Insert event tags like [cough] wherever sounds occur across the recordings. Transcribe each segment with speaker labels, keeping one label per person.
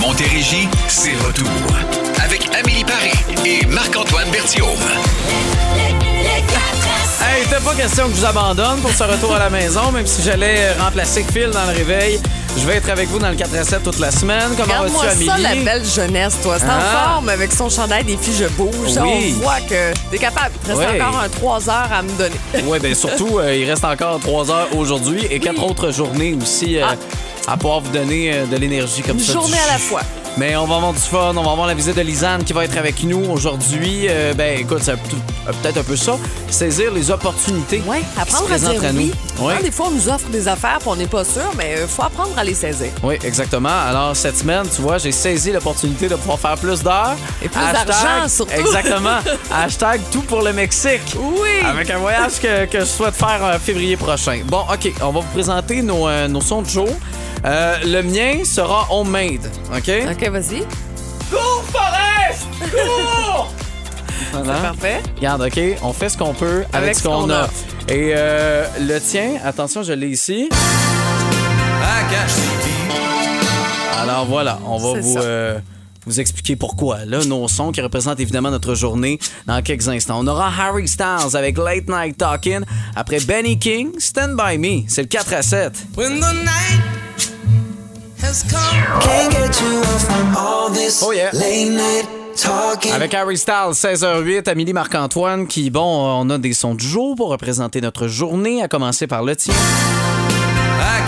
Speaker 1: Montérégie, c'est retour. Avec Amélie Paris et Marc-Antoine Berthiaume.
Speaker 2: Hey, t'as pas question que je vous abandonne pour ce retour à la maison, même si j'allais remplacer Phil dans le réveil. Je vais être avec vous dans le 4 à 7 toute la semaine. Comment
Speaker 3: Regarde-moi
Speaker 2: vas-tu, Amélie?
Speaker 3: ça, la belle jeunesse, toi. C'est
Speaker 2: Ah.
Speaker 3: en forme avec son chandail des filles Je bouge.
Speaker 2: Oui.
Speaker 3: On voit que t'es capable. Il te reste
Speaker 2: Oui.
Speaker 3: encore un 3 heures à me donner.
Speaker 2: Oui, bien surtout, euh, il reste encore trois heures aujourd'hui et quatre autres journées aussi euh, à pouvoir vous donner euh, de l'énergie comme
Speaker 3: Ah. Une
Speaker 2: ça.
Speaker 3: journée
Speaker 2: du-
Speaker 3: à la fois.
Speaker 2: Mais on va avoir du fun, on va avoir la visite de Lisanne qui va être avec nous aujourd'hui. Euh, ben écoute, c'est tout- euh, peut-être un peu ça, saisir les opportunités
Speaker 3: Oui,
Speaker 2: qui se
Speaker 3: apprendre à
Speaker 2: présentent
Speaker 3: dire
Speaker 2: à nous.
Speaker 3: oui.
Speaker 2: Ouais.
Speaker 3: Hein, Des fois, on nous offre des affaires puis on n'est pas sûr, mais euh, faut apprendre à les saisir.
Speaker 2: Oui, exactement. Alors, cette semaine, tu vois, j'ai saisi l'opportunité de pouvoir faire plus d'heures.
Speaker 3: Et plus
Speaker 2: Hashtag-
Speaker 3: d'argent, surtout. [laughs]
Speaker 2: Exactement. Hashtag tout pour le Mexique.
Speaker 3: Oui.
Speaker 2: Avec un voyage que, que je souhaite faire en février prochain. Bon, OK, on va vous présenter nos, euh, nos sons de jour. Euh, le mien sera homemade, OK?
Speaker 3: OK, vas-y.
Speaker 2: Cours, Forest! Cours! Voilà.
Speaker 3: Parfait.
Speaker 2: Regarde, OK, on fait ce qu'on peut avec,
Speaker 3: Avec
Speaker 2: ce
Speaker 3: ce
Speaker 2: qu'on
Speaker 3: qu'on
Speaker 2: a.
Speaker 3: a.
Speaker 2: Et euh, le tien, attention, je l'ai ici. Alors voilà, on va
Speaker 3: C'est
Speaker 2: vous,
Speaker 3: ça.
Speaker 2: euh, vous expliquer pourquoi. Là, nos sons qui représentent évidemment notre journée dans quelques instants. On aura Harry Styles avec Late Night Talking. Après Benny King, Stand By Me. C'est le 4 à 7.
Speaker 4: When the night has come,
Speaker 5: Can't get you off from all this
Speaker 2: Oh, yeah.
Speaker 5: late night talking.
Speaker 2: Avec Harry Styles, 16h08, Amélie Marc-Antoine, qui, bon, on a des sons du jour pour représenter notre journée, à commencer par le tien. Ah,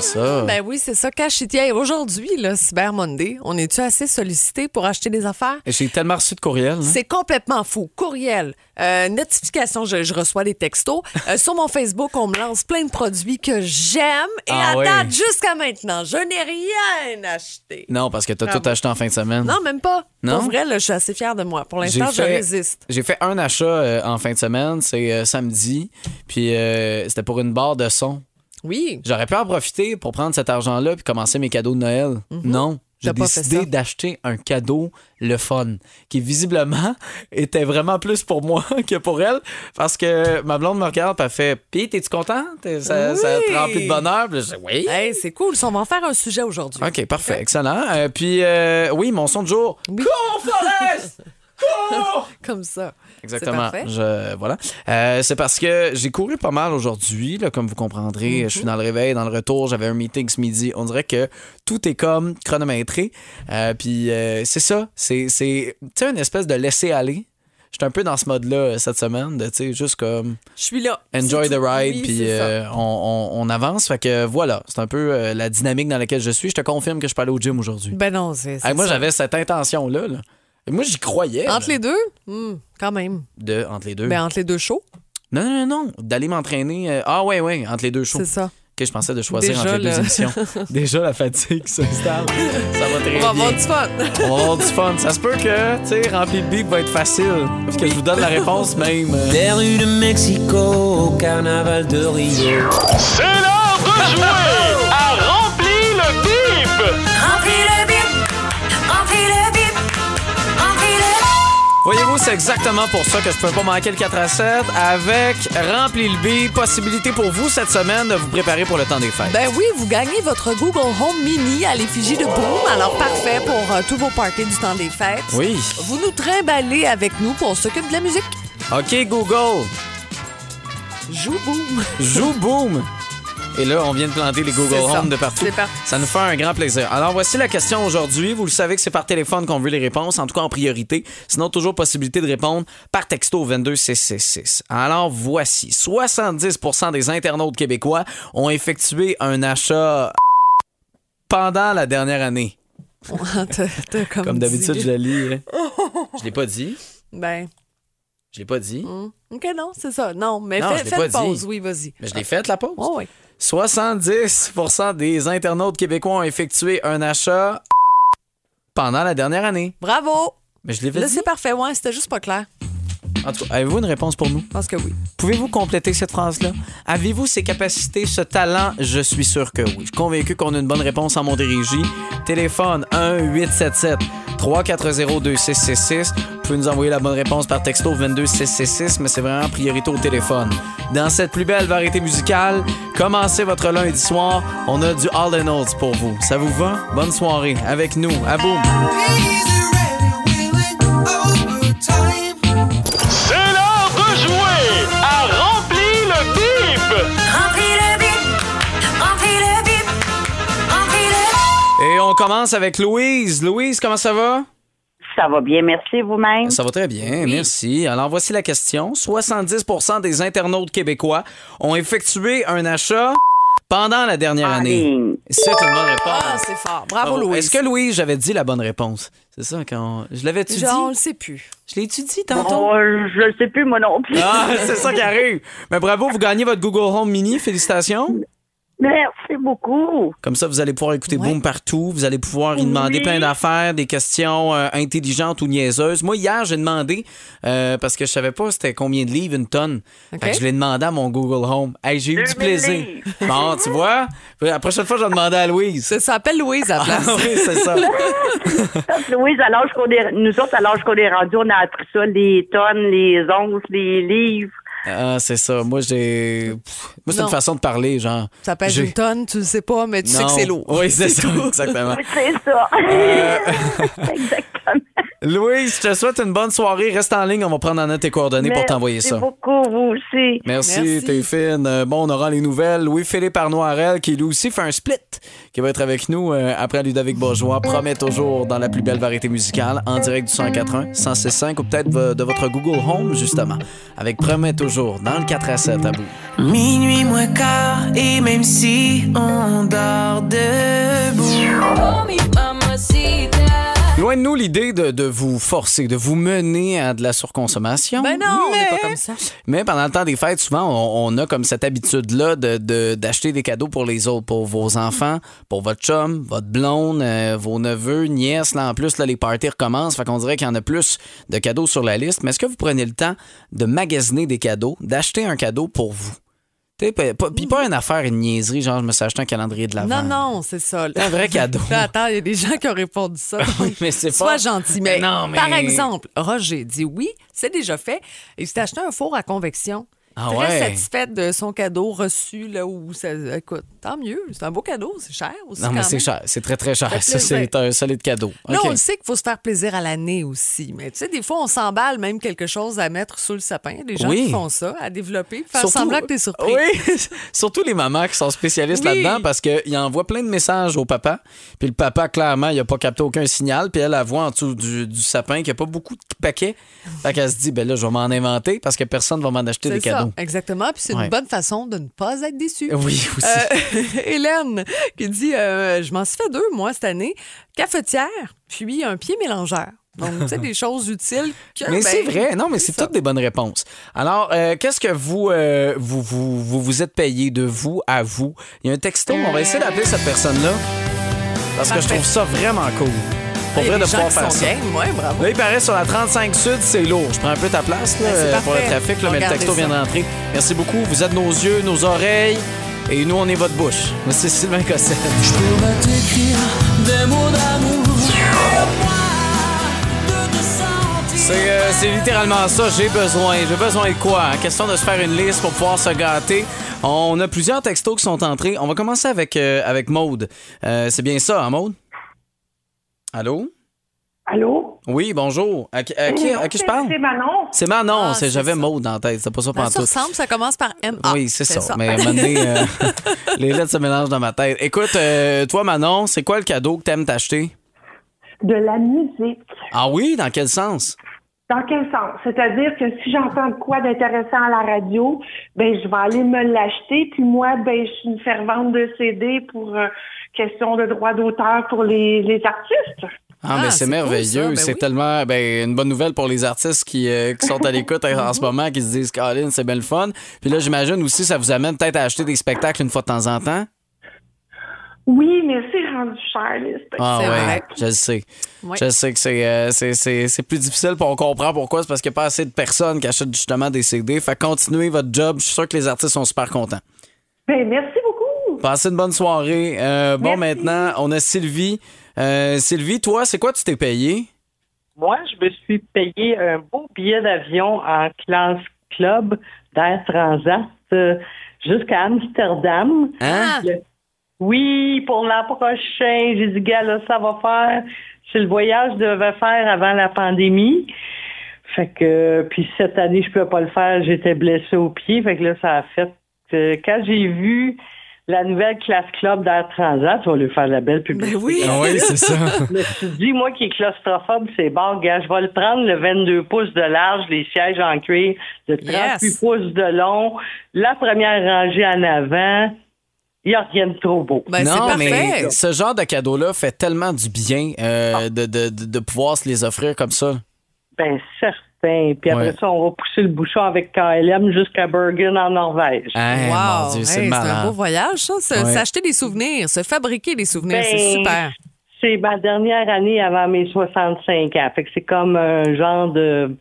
Speaker 2: ça.
Speaker 3: Ben oui, c'est ça, Cash City. Hey, Aujourd'hui, là, Cyber Monday, on est-tu assez sollicité pour acheter des affaires?
Speaker 2: J'ai tellement reçu de courriels. hein.
Speaker 3: C'est complètement fou. Courriel, euh, notification, je, je reçois des textos. Euh, [laughs] sur mon Facebook, on me lance plein de produits que j'aime. Et
Speaker 2: Ah
Speaker 3: à
Speaker 2: ouais.
Speaker 3: date, jusqu'à maintenant, je n'ai rien acheté.
Speaker 2: Non, parce que t'as
Speaker 3: Bravo.
Speaker 2: tout acheté en fin de semaine.
Speaker 3: Ah Non, même pas.
Speaker 2: Non?
Speaker 3: Pour vrai, là, je suis assez fière de moi. Pour
Speaker 2: J'ai
Speaker 3: l'instant, je
Speaker 2: fait-
Speaker 3: résiste.
Speaker 2: J'ai fait un achat euh, en fin de semaine, c'est euh, samedi, puis euh, c'était pour une barre de son.
Speaker 3: Oui.
Speaker 2: J'aurais pu en profiter pour prendre cet argent-là puis commencer mes cadeaux de Noël. Non. J'ai
Speaker 3: Mhm. T'as pas fait
Speaker 2: décidé
Speaker 3: ça.
Speaker 2: d'acheter un cadeau, le fun, qui visiblement [laughs] était vraiment plus pour moi [laughs] que pour elle, parce que ma blonde me regarde et elle fait Pis, t'es-tu content? Ça, ça te
Speaker 3: Oui.
Speaker 2: remplit de bonheur? Puis je dis Oui.
Speaker 3: Hey, c'est cool. On va en faire un sujet aujourd'hui.
Speaker 2: OK, parfait, excellent. Euh, puis, euh, oui, mon son de jour. Cours, Forest! Cours!
Speaker 3: Comme ça.
Speaker 2: Exactement.
Speaker 3: C'est parfait.
Speaker 2: Je- voilà. Euh, c'est parce que j'ai couru pas mal aujourd'hui, là, comme vous comprendrez. Euh, Je
Speaker 3: Mhm.
Speaker 2: suis dans le réveil, dans le retour. J'avais un meeting ce midi. On dirait que tout est comme chronométré. Euh, puis euh, c'est ça. C'est, c'est tu sais, une espèce de laisser-aller. J'étais un peu dans ce mode-là euh, cette semaine, de, tu sais, juste comme
Speaker 3: Je suis là.
Speaker 2: enjoy
Speaker 3: C'est
Speaker 2: the
Speaker 3: tout.
Speaker 2: ride,
Speaker 3: Oui,
Speaker 2: puis
Speaker 3: c'est ça.
Speaker 2: euh, on, on- on avance. Fait que voilà, c'est un peu euh, la dynamique dans laquelle je suis. Je te confirme que je peux aller au gym aujourd'hui.
Speaker 3: Ben non, c'est. c'est
Speaker 2: Hey, moi,
Speaker 3: ça.
Speaker 2: j'avais cette intention-là. là. Et Moi, j'y croyais.
Speaker 3: Entre
Speaker 2: là,
Speaker 3: les deux? Hmm, quand même.
Speaker 2: de, entre les deux.
Speaker 3: Ben, entre les deux shows,
Speaker 2: Non, non, non, non. D'aller m'entraîner. euh, Ah, ouais, ouais, entre les deux shows.
Speaker 3: c'est ça.
Speaker 2: Ok, je pensais de choisir
Speaker 3: Déjà,
Speaker 2: entre les deux
Speaker 3: là.
Speaker 2: émissions.
Speaker 3: [laughs]
Speaker 2: Déjà, la fatigue s'installe. Ça va très
Speaker 3: On va avoir
Speaker 2: Eh bien.
Speaker 3: du fun.
Speaker 2: On va avoir du fun. Ça se peut que, tu sais, rempli de bip va être facile. Parce que je vous donne la réponse
Speaker 3: [laughs]
Speaker 2: même. euh,
Speaker 5: Des rues de Mexico au carnaval de Rio.
Speaker 2: Voyez-vous, c'est exactement pour ça que je peux pas manquer le 4 à 7 avec Rempli le bip. Possibilité pour vous cette semaine de vous préparer pour le temps des fêtes.
Speaker 3: Ben oui, vous gagnez votre Google Home Mini à l'effigie de Boom. Alors, parfait pour euh, tous vos parties du temps des fêtes.
Speaker 2: Oui.
Speaker 3: Vous nous trimballez avec nous pour on s'occupe de la musique.
Speaker 2: OK, Google,
Speaker 3: Joue Boom. [laughs]
Speaker 2: joue boom. Et là, on vient de planter les Google
Speaker 3: C'est ça.
Speaker 2: Home de partout.
Speaker 3: C'est parti.
Speaker 2: Ça nous fait un grand plaisir. Alors, voici la question aujourd'hui. Vous le savez que c'est par téléphone qu'on veut les réponses, en tout cas en priorité. Sinon, toujours possibilité de répondre par texto au 22666. Alors, voici. 70 des internautes québécois ont effectué un achat pendant la dernière année.
Speaker 3: T'as- t'as comme
Speaker 2: Comme d'habitude,
Speaker 3: dit.
Speaker 2: je la lis.
Speaker 3: [laughs]
Speaker 2: hein. Je l'ai pas dit.
Speaker 3: Ben,
Speaker 2: Je l'ai pas dit.
Speaker 3: OK, non, c'est ça. Non, mais
Speaker 2: Non,
Speaker 3: fais-
Speaker 2: je l'ai
Speaker 3: faites
Speaker 2: pas dit.
Speaker 3: pause. Oui, vas-y.
Speaker 2: Mais je l'ai faite, la pause.
Speaker 3: Oh, oui.
Speaker 2: 70 des internautes québécois ont effectué un achat pendant la dernière année.
Speaker 3: Bravo.
Speaker 2: Mais je l'ai fait
Speaker 3: Là,
Speaker 2: dit.
Speaker 3: c'est parfait. Ouais, c'était juste pas clair.
Speaker 2: En tout cas, avez-vous une réponse pour nous?
Speaker 3: Je pense que oui.
Speaker 2: Pouvez-vous compléter cette phrase-là? Avez-vous ces capacités, ce talent? Je suis sûr que oui. Je suis convaincu qu'on a une bonne réponse en Montérégie. Téléphone 1-877 340-2666. Vous pouvez nous envoyer la bonne réponse par texto au 22666, mais c'est vraiment priorité au téléphone. Dans cette plus belle variété musicale, commencez votre lundi soir. On a du All and Olds pour vous. Ça vous va? Bonne soirée avec nous. À boum!
Speaker 6: C'est l'heure de jouer à Remplis le bip!
Speaker 7: Remplis le bip, remplis le bip, remplis le
Speaker 2: Et on commence avec Louise. Louise, comment ça va?
Speaker 8: Ça va bien, merci vous-même.
Speaker 2: Ça va très bien, merci. Alors voici la question. 70 des internautes québécois ont effectué un achat pendant la dernière
Speaker 8: En
Speaker 2: année.
Speaker 8: ligne.
Speaker 2: C'est une bonne
Speaker 3: Ah,
Speaker 2: réponse.
Speaker 3: c'est fort. Bravo,
Speaker 2: Bravo.
Speaker 3: Louis.
Speaker 2: Oh, Est-ce que Louise, j'avais dit la bonne réponse? C'est ça, quand. Je l'avais-tu dit?
Speaker 3: Genre, on le sait plus.
Speaker 2: Je l'ai-tu dit
Speaker 8: Oh,
Speaker 2: tantôt?
Speaker 8: je ne sais plus, moi non plus.
Speaker 2: Ah, c'est ça qui arrive. Mais bravo, vous gagnez votre Google Home Mini. Félicitations.
Speaker 8: [laughs] Merci beaucoup.
Speaker 2: Comme ça, vous allez pouvoir écouter
Speaker 3: Ouais.
Speaker 2: Boom partout. Vous allez pouvoir y demander plein d'affaires, des questions euh, intelligentes ou niaiseuses. Moi, hier, j'ai demandé, euh, parce que je savais pas c'était combien de livres, une tonne. Fait que
Speaker 3: Ok.
Speaker 2: je l'ai demandé à mon Google Home. Hey, j'ai eu du
Speaker 8: 2000
Speaker 2: plaisir.
Speaker 8: livres.
Speaker 2: Bon, tu vois, la prochaine fois, je vais demander à Louise.
Speaker 3: Ça s'appelle Louise à la place.
Speaker 2: Ah oui, c'est
Speaker 3: [laughs]
Speaker 2: ça.
Speaker 8: Top, Louise, à l'âge qu'on est, nous autres, à l'âge qu'on est rendu, on a appris ça, les tonnes, les onces, les livres.
Speaker 2: Ah, c'est ça. Moi, j'ai. Pff, Moi, c'est une
Speaker 3: Non.
Speaker 2: façon de parler, genre.
Speaker 3: Ça pèse
Speaker 2: J'ai-
Speaker 3: une tonne, tu le sais pas, mais tu sais que
Speaker 2: Non.
Speaker 3: c'est lourd.
Speaker 2: Oui, c'est
Speaker 3: [laughs]
Speaker 2: ça, exactement.
Speaker 8: Oui, c'est ça.
Speaker 2: Euh.
Speaker 8: [laughs]
Speaker 2: [laughs]
Speaker 8: Exactement.
Speaker 2: Louise, je te souhaite une bonne soirée. Reste en ligne, on va prendre en note tes coordonnées pour t'envoyer ça.
Speaker 8: Merci beaucoup, vous aussi.
Speaker 2: Merci,
Speaker 3: Merci.
Speaker 2: t'es fine. Euh, Bon, on aura les nouvelles. Louis-Philippe Arnoirel, qui lui aussi fait un split, qui va être avec nous euh, après Ludovic Bourgeois, promet toujours dans la plus belle variété musicale, en direct du 104.1, 106.5 ou peut-être vo- de votre Google Home, justement, avec promet toujours dans le 4 à 7 à bout.
Speaker 4: Minuit moins quart, Ah, et même si on dort debout.
Speaker 2: Loin de nous l'idée de, de vous forcer, de vous mener à de la surconsommation.
Speaker 3: Ben non, on n'est
Speaker 2: mais-
Speaker 3: pas comme ça.
Speaker 2: Mais pendant le temps des fêtes, souvent, on, on a comme cette habitude-là de- de- d'acheter des cadeaux pour les autres, pour vos enfants, pour votre chum, votre blonde, euh, vos neveux, nièces. Là, en plus, là, les parties recommencent. Fait qu'on dirait qu'il y en a plus de cadeaux sur la liste. Mais est-ce que vous prenez le temps de magasiner des cadeaux, d'acheter un cadeau pour vous? T'sais, pa- pa- Puis pas une affaire, une niaiserie, genre je me suis acheté un calendrier de l'avant.
Speaker 3: Non, non, c'est ça.
Speaker 2: Un
Speaker 3: [laughs]
Speaker 2: vrai cadeau.
Speaker 3: Là, attends, il y a des gens qui ont répondu ça.
Speaker 2: [laughs] Oui, mais c'est
Speaker 3: Sois
Speaker 2: pas-
Speaker 3: gentil.
Speaker 2: Mais
Speaker 3: Mais,
Speaker 2: non, mais-
Speaker 3: Par exemple, Roger dit oui, c'est déjà fait. Il s'est acheté un four à convection.
Speaker 2: Ah
Speaker 3: Très
Speaker 2: ouais.
Speaker 3: satisfaite de son cadeau reçu là où ça. Écoute, tant mieux. C'est un beau cadeau, c'est cher aussi.
Speaker 2: Non,
Speaker 3: quand
Speaker 2: mais c'est
Speaker 3: même.
Speaker 2: cher. C'est très, très cher.
Speaker 3: Fait
Speaker 2: Ça,
Speaker 3: plaisir.
Speaker 2: c'est un solide cadeau.
Speaker 3: Là,
Speaker 2: OK.
Speaker 3: on le sait qu'il faut se faire plaisir à l'année aussi. Mais tu sais, des fois, on s'emballe même quelque chose à mettre sous le sapin. Il y a des gens
Speaker 2: Oui.
Speaker 3: qui font ça, à développer, faire semblant que t'es surpris.
Speaker 2: Oui, [laughs] surtout les mamans qui sont spécialistes
Speaker 3: Oui.
Speaker 2: là-dedans parce qu'ils envoient plein de messages au papa. Puis le papa, clairement, il n'a pas capté aucun signal. Puis elle, la voit en dessous du, du sapin qu'il n'y a pas beaucoup de paquets. Fait qu'elle se dit, ben là, je vais m'en inventer parce que personne ne va m'en acheter
Speaker 3: C'est
Speaker 2: des
Speaker 3: ça,
Speaker 2: cadeaux.
Speaker 3: Exactement. Puis c'est
Speaker 2: Ouais.
Speaker 3: une bonne façon de ne pas être déçu.
Speaker 2: Oui, aussi.
Speaker 3: Euh, [laughs] Hélène qui dit euh, Je m'en suis fait deux, moi, cette année. Cafetière, puis un pied mélangeur. Donc,
Speaker 2: [laughs]
Speaker 3: tu sais, des choses utiles que.
Speaker 2: Mais
Speaker 3: ben,
Speaker 2: c'est vrai, non, mais c'est
Speaker 3: c'est ça.
Speaker 2: toutes des bonnes réponses. Alors, euh, qu'est-ce que vous, euh, vous, vous, vous vous êtes payé de vous à vous? Il y a un texto, on va essayer d'appeler cette personne-là parce que je
Speaker 3: Parfait.
Speaker 2: trouve ça vraiment cool. Pour
Speaker 3: Il y a
Speaker 2: vrai, de
Speaker 3: des gens
Speaker 2: pouvoir faire
Speaker 3: qui sont
Speaker 2: ça.
Speaker 3: game, ouais, bravo.
Speaker 2: Là, il paraît sur la 35 Sud, c'est lourd. Je prends un peu ta place là,
Speaker 3: Ben, c'est
Speaker 2: euh, pour le
Speaker 3: parfait.
Speaker 2: trafic, là,
Speaker 3: On
Speaker 2: mais le
Speaker 3: garde
Speaker 2: texto
Speaker 3: ça.
Speaker 2: vient d'entrer. Merci beaucoup. Vous êtes nos yeux, nos oreilles, et nous, on est votre bouche. Merci Sylvain Cossette.
Speaker 4: Pourrais t'écrire des mots d'amour.
Speaker 2: C'est euh, c'est littéralement ça, j'ai besoin. J'ai besoin de quoi? hein? Question de se faire une liste pour pouvoir se gâter. On a plusieurs textos qui sont entrés. On va commencer avec, euh, avec Maude. Euh, c'est bien ça, hein, Maude? Allô?
Speaker 9: Allô?
Speaker 2: Oui, bonjour. À, qui- à qui, à qui je parle?
Speaker 9: C'est Manon.
Speaker 2: C'est Manon.
Speaker 3: Ah,
Speaker 2: c'est-
Speaker 3: c'est
Speaker 2: J'avais
Speaker 3: ça.
Speaker 2: Maude en tête. C'est pas ça
Speaker 3: Ben, ça ah,
Speaker 2: pantoute.
Speaker 3: ressemble, ça commence par M.
Speaker 2: oui, c'est ça. Mais à
Speaker 3: [laughs]
Speaker 2: un moment donné, euh, [laughs] les lettres se mélangent dans ma tête. Écoute, euh, toi, Manon, c'est quoi le cadeau que t'aimes t'acheter?
Speaker 9: De la musique.
Speaker 2: Ah oui, dans quel sens?
Speaker 9: Dans quel sens? C'est-à-dire que si j'entends de quoi d'intéressant à la radio, ben je vais aller me l'acheter. Puis moi, ben je suis une fervente de CD pour euh, question de droit d'auteur pour les, les artistes.
Speaker 2: Ah,
Speaker 3: Ah,
Speaker 2: mais
Speaker 3: c'est
Speaker 2: c'est
Speaker 3: cool,
Speaker 2: merveilleux.
Speaker 3: ça. Ben
Speaker 2: c'est
Speaker 3: oui.
Speaker 2: tellement ben, une bonne nouvelle pour les artistes qui, euh, qui sont à l'écoute en
Speaker 3: Mhm.
Speaker 2: ce moment, qui se disent Colin, c'est bien le fun. Puis là, j'imagine aussi, ça vous amène peut-être à acheter des spectacles une fois de temps en temps.
Speaker 9: Oui, mais c'est rendu cher, les spectacles.
Speaker 2: Ah
Speaker 3: C'est
Speaker 2: ouais,
Speaker 3: vrai.
Speaker 2: je le sais.
Speaker 3: Oui.
Speaker 2: Je sais que c'est, euh, c'est, c'est, c'est plus difficile, pour on comprend pourquoi. C'est parce qu'il n'y a pas assez de personnes qui achètent justement des CD. Fait continuez votre job. Je suis sûr que les artistes sont super contents.
Speaker 9: Ben merci beaucoup.
Speaker 2: Passez une bonne soirée. Euh, bon,
Speaker 9: Merci.
Speaker 2: maintenant, on a Sylvie. Euh, Sylvie, toi, c'est quoi tu t'es payé?
Speaker 10: Moi, je me suis payé un beau billet d'avion en classe club d'Air Transat euh, jusqu'à Amsterdam.
Speaker 3: Ah!
Speaker 2: Hein?
Speaker 10: Le- Oui, pour l'an prochain, j'ai dit, gars, là, ça va faire. C'est le voyage que je devais faire avant la pandémie. Fait que, puis cette année, je ne pouvais pas le faire. J'étais blessée au pied. Fait que là, ça a fait que quand j'ai vu la nouvelle classe club d'Air Transat, tu vas lui faire de la belle publicité.
Speaker 3: Ben oui.
Speaker 2: Ah
Speaker 10: hein.
Speaker 11: oui, c'est
Speaker 2: [laughs]
Speaker 11: ça.
Speaker 10: Je me suis dit, moi qui est claustrophobe, c'est bon, gars, je vais le prendre, le 22 pouces de large, les sièges en cuir, de 38
Speaker 3: Yes.
Speaker 10: pouces de long, la première rangée en avant. Il n'y a rien de trop beau.
Speaker 3: Ben, c'est
Speaker 2: non,
Speaker 3: parfait. Ah.
Speaker 2: mais ce genre de cadeau-là fait tellement du bien euh, de, de- de- de pouvoir se les offrir comme ça.
Speaker 10: Ben, certain. Puis après
Speaker 2: Ouais.
Speaker 10: ça, on va pousser le bouchon avec KLM jusqu'à Bergen en Norvège.
Speaker 2: Hey,
Speaker 3: Wow.
Speaker 2: mon Dieu,
Speaker 3: Hey,
Speaker 2: c'est
Speaker 3: un beau
Speaker 2: [laughs] malin.
Speaker 3: voyage, ça. Se-
Speaker 2: Ouais.
Speaker 3: S'acheter des souvenirs, se fabriquer des souvenirs,
Speaker 10: Ben,
Speaker 3: c'est super.
Speaker 10: C'est ma dernière année avant mes 65 ans. Fait que c'est comme un genre de